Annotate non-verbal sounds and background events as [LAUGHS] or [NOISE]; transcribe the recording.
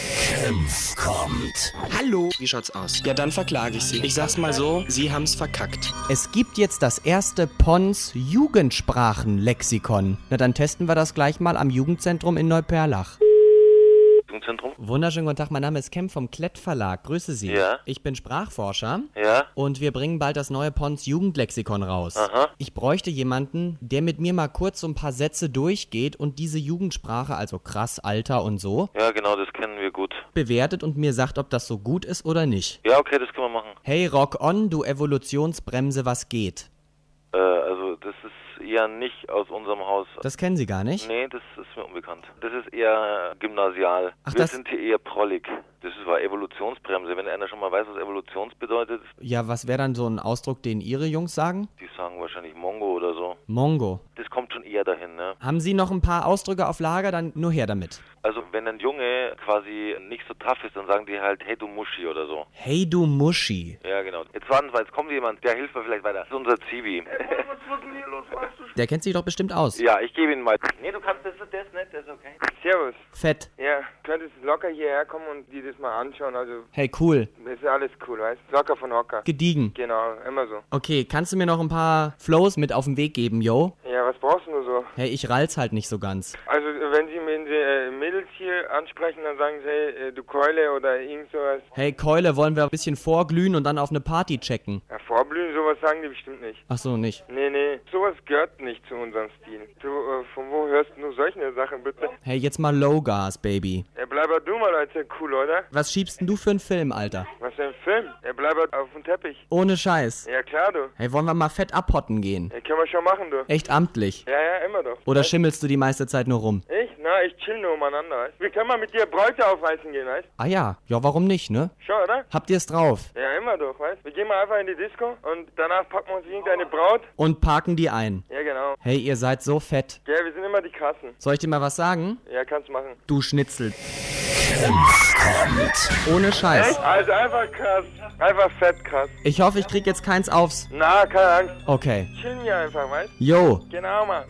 Senf kommt. Hallo. Wie schaut's aus? Ja, dann verklage ich Sie. Ich sag's mal so, Sie haben's verkackt. Es gibt jetzt das erste Pons Jugendsprachenlexikon. Na, dann testen wir das gleich mal am Jugendzentrum in Neuperlach. Jugendzentrum? Wunderschönen guten Tag, mein Name ist Kemp vom Klett Verlag. Grüße Sie. Ja. Ich bin Sprachforscher Ja? und wir bringen bald das neue Pons Jugendlexikon raus. Aha. Ich bräuchte jemanden, der mit mir mal kurz so ein paar Sätze durchgeht und diese Jugendsprache, also krass, Alter und so, Ja, genau, das kennen wir gut. bewertet und mir sagt, ob das so gut ist oder nicht. Ja, okay, das können wir machen. Hey Rock on, du Evolutionsbremse, was geht? Äh, also, das ist eher nicht aus unserem Haus. Das kennen Sie gar nicht. Nee, das ist mir unbekannt. Das ist eher gymnasial. Ach, wir das- sind hier eher prollig. Das ist war Evolutionsbremse. Wenn einer schon mal weiß, was Evolutions bedeutet, Ja, was wäre dann so ein Ausdruck, den Ihre Jungs sagen? die sagen wahrscheinlich Mongo oder so. Mongo. Das kommt schon eher dahin, ne? Haben Sie noch ein paar Ausdrücke auf Lager? Dann nur her damit. Also, wenn ein Junge quasi nicht so tough ist, dann sagen die halt, hey, du Muschi oder so. Hey du Muschi. Ja, genau. Jetzt warten wir, jetzt kommt jemand, der hilft mir vielleicht weiter. Das ist unser Zivi. [LAUGHS] Der kennt sich doch bestimmt aus. ja, ich gebe ihn mal. Nee, du kannst das und das nicht, das ist okay. Servus. Fett. Ja, könntest locker hierher kommen und dir das mal anschauen. Also, Hey cool. das ist alles cool, weißt du? Locker von Hocker. Gediegen. Genau, immer so. Okay, kannst du mir noch ein paar Flows mit auf den Weg geben, yo? Ja, was brauchst du nur so? Hey, ich rall's halt nicht so ganz. Also, wenn sie mir die äh, Mädels hier ansprechen, dann sagen sie, hey, äh, du Keule oder irgend sowas. Hey Keule, wollen wir ein bisschen vorglühen und dann auf eine Party checken? Ja, vorblühen, sowas sagen die bestimmt nicht. Ach so, nicht. Nee, nee, sowas gehört nicht zu unserem Stil. Du, äh, von wo hörst du solche Sachen, bitte? Hey, jetzt mal Lowgas, Baby. Ja, bleib halt du mal, Leute, cool, oder? Was schiebst denn du für einen Film, Alter? Was für ein Film? Ja, bleib halt auf dem Teppich. Ohne Scheiß. Ja, klar, du. Hey, wollen wir mal fett abhotten gehen? Ja, können wir schon machen, du. Echt amtlich. Ja, ja, immer doch. Oder schimmelst du die meiste Zeit nur rum? Ich? Na, ich chill nur umeinander, weißt Wir können mal mit dir Bräute aufreißen gehen, weißt Ah ja, ja, warum nicht, ne? Schon, oder? Habt ihr's drauf? Ja, immer doch, weißt Wir gehen mal einfach in die Disco und danach packen wir uns irgendeine Braut. Und parken die ein. Ja, genau. Hey, ihr seid so fett. Ja, wir sind immer die Krassen. Soll ich dir mal was sagen? Ja, kannst machen. Du Schnitzel. Ohne Scheiß. Also einfach krass. Einfach fett krass. Ich hoffe, ich krieg jetzt keins aufs. Na, keine Angst. Okay. Chillen wir einfach, weißt Yo. Genau, Mann.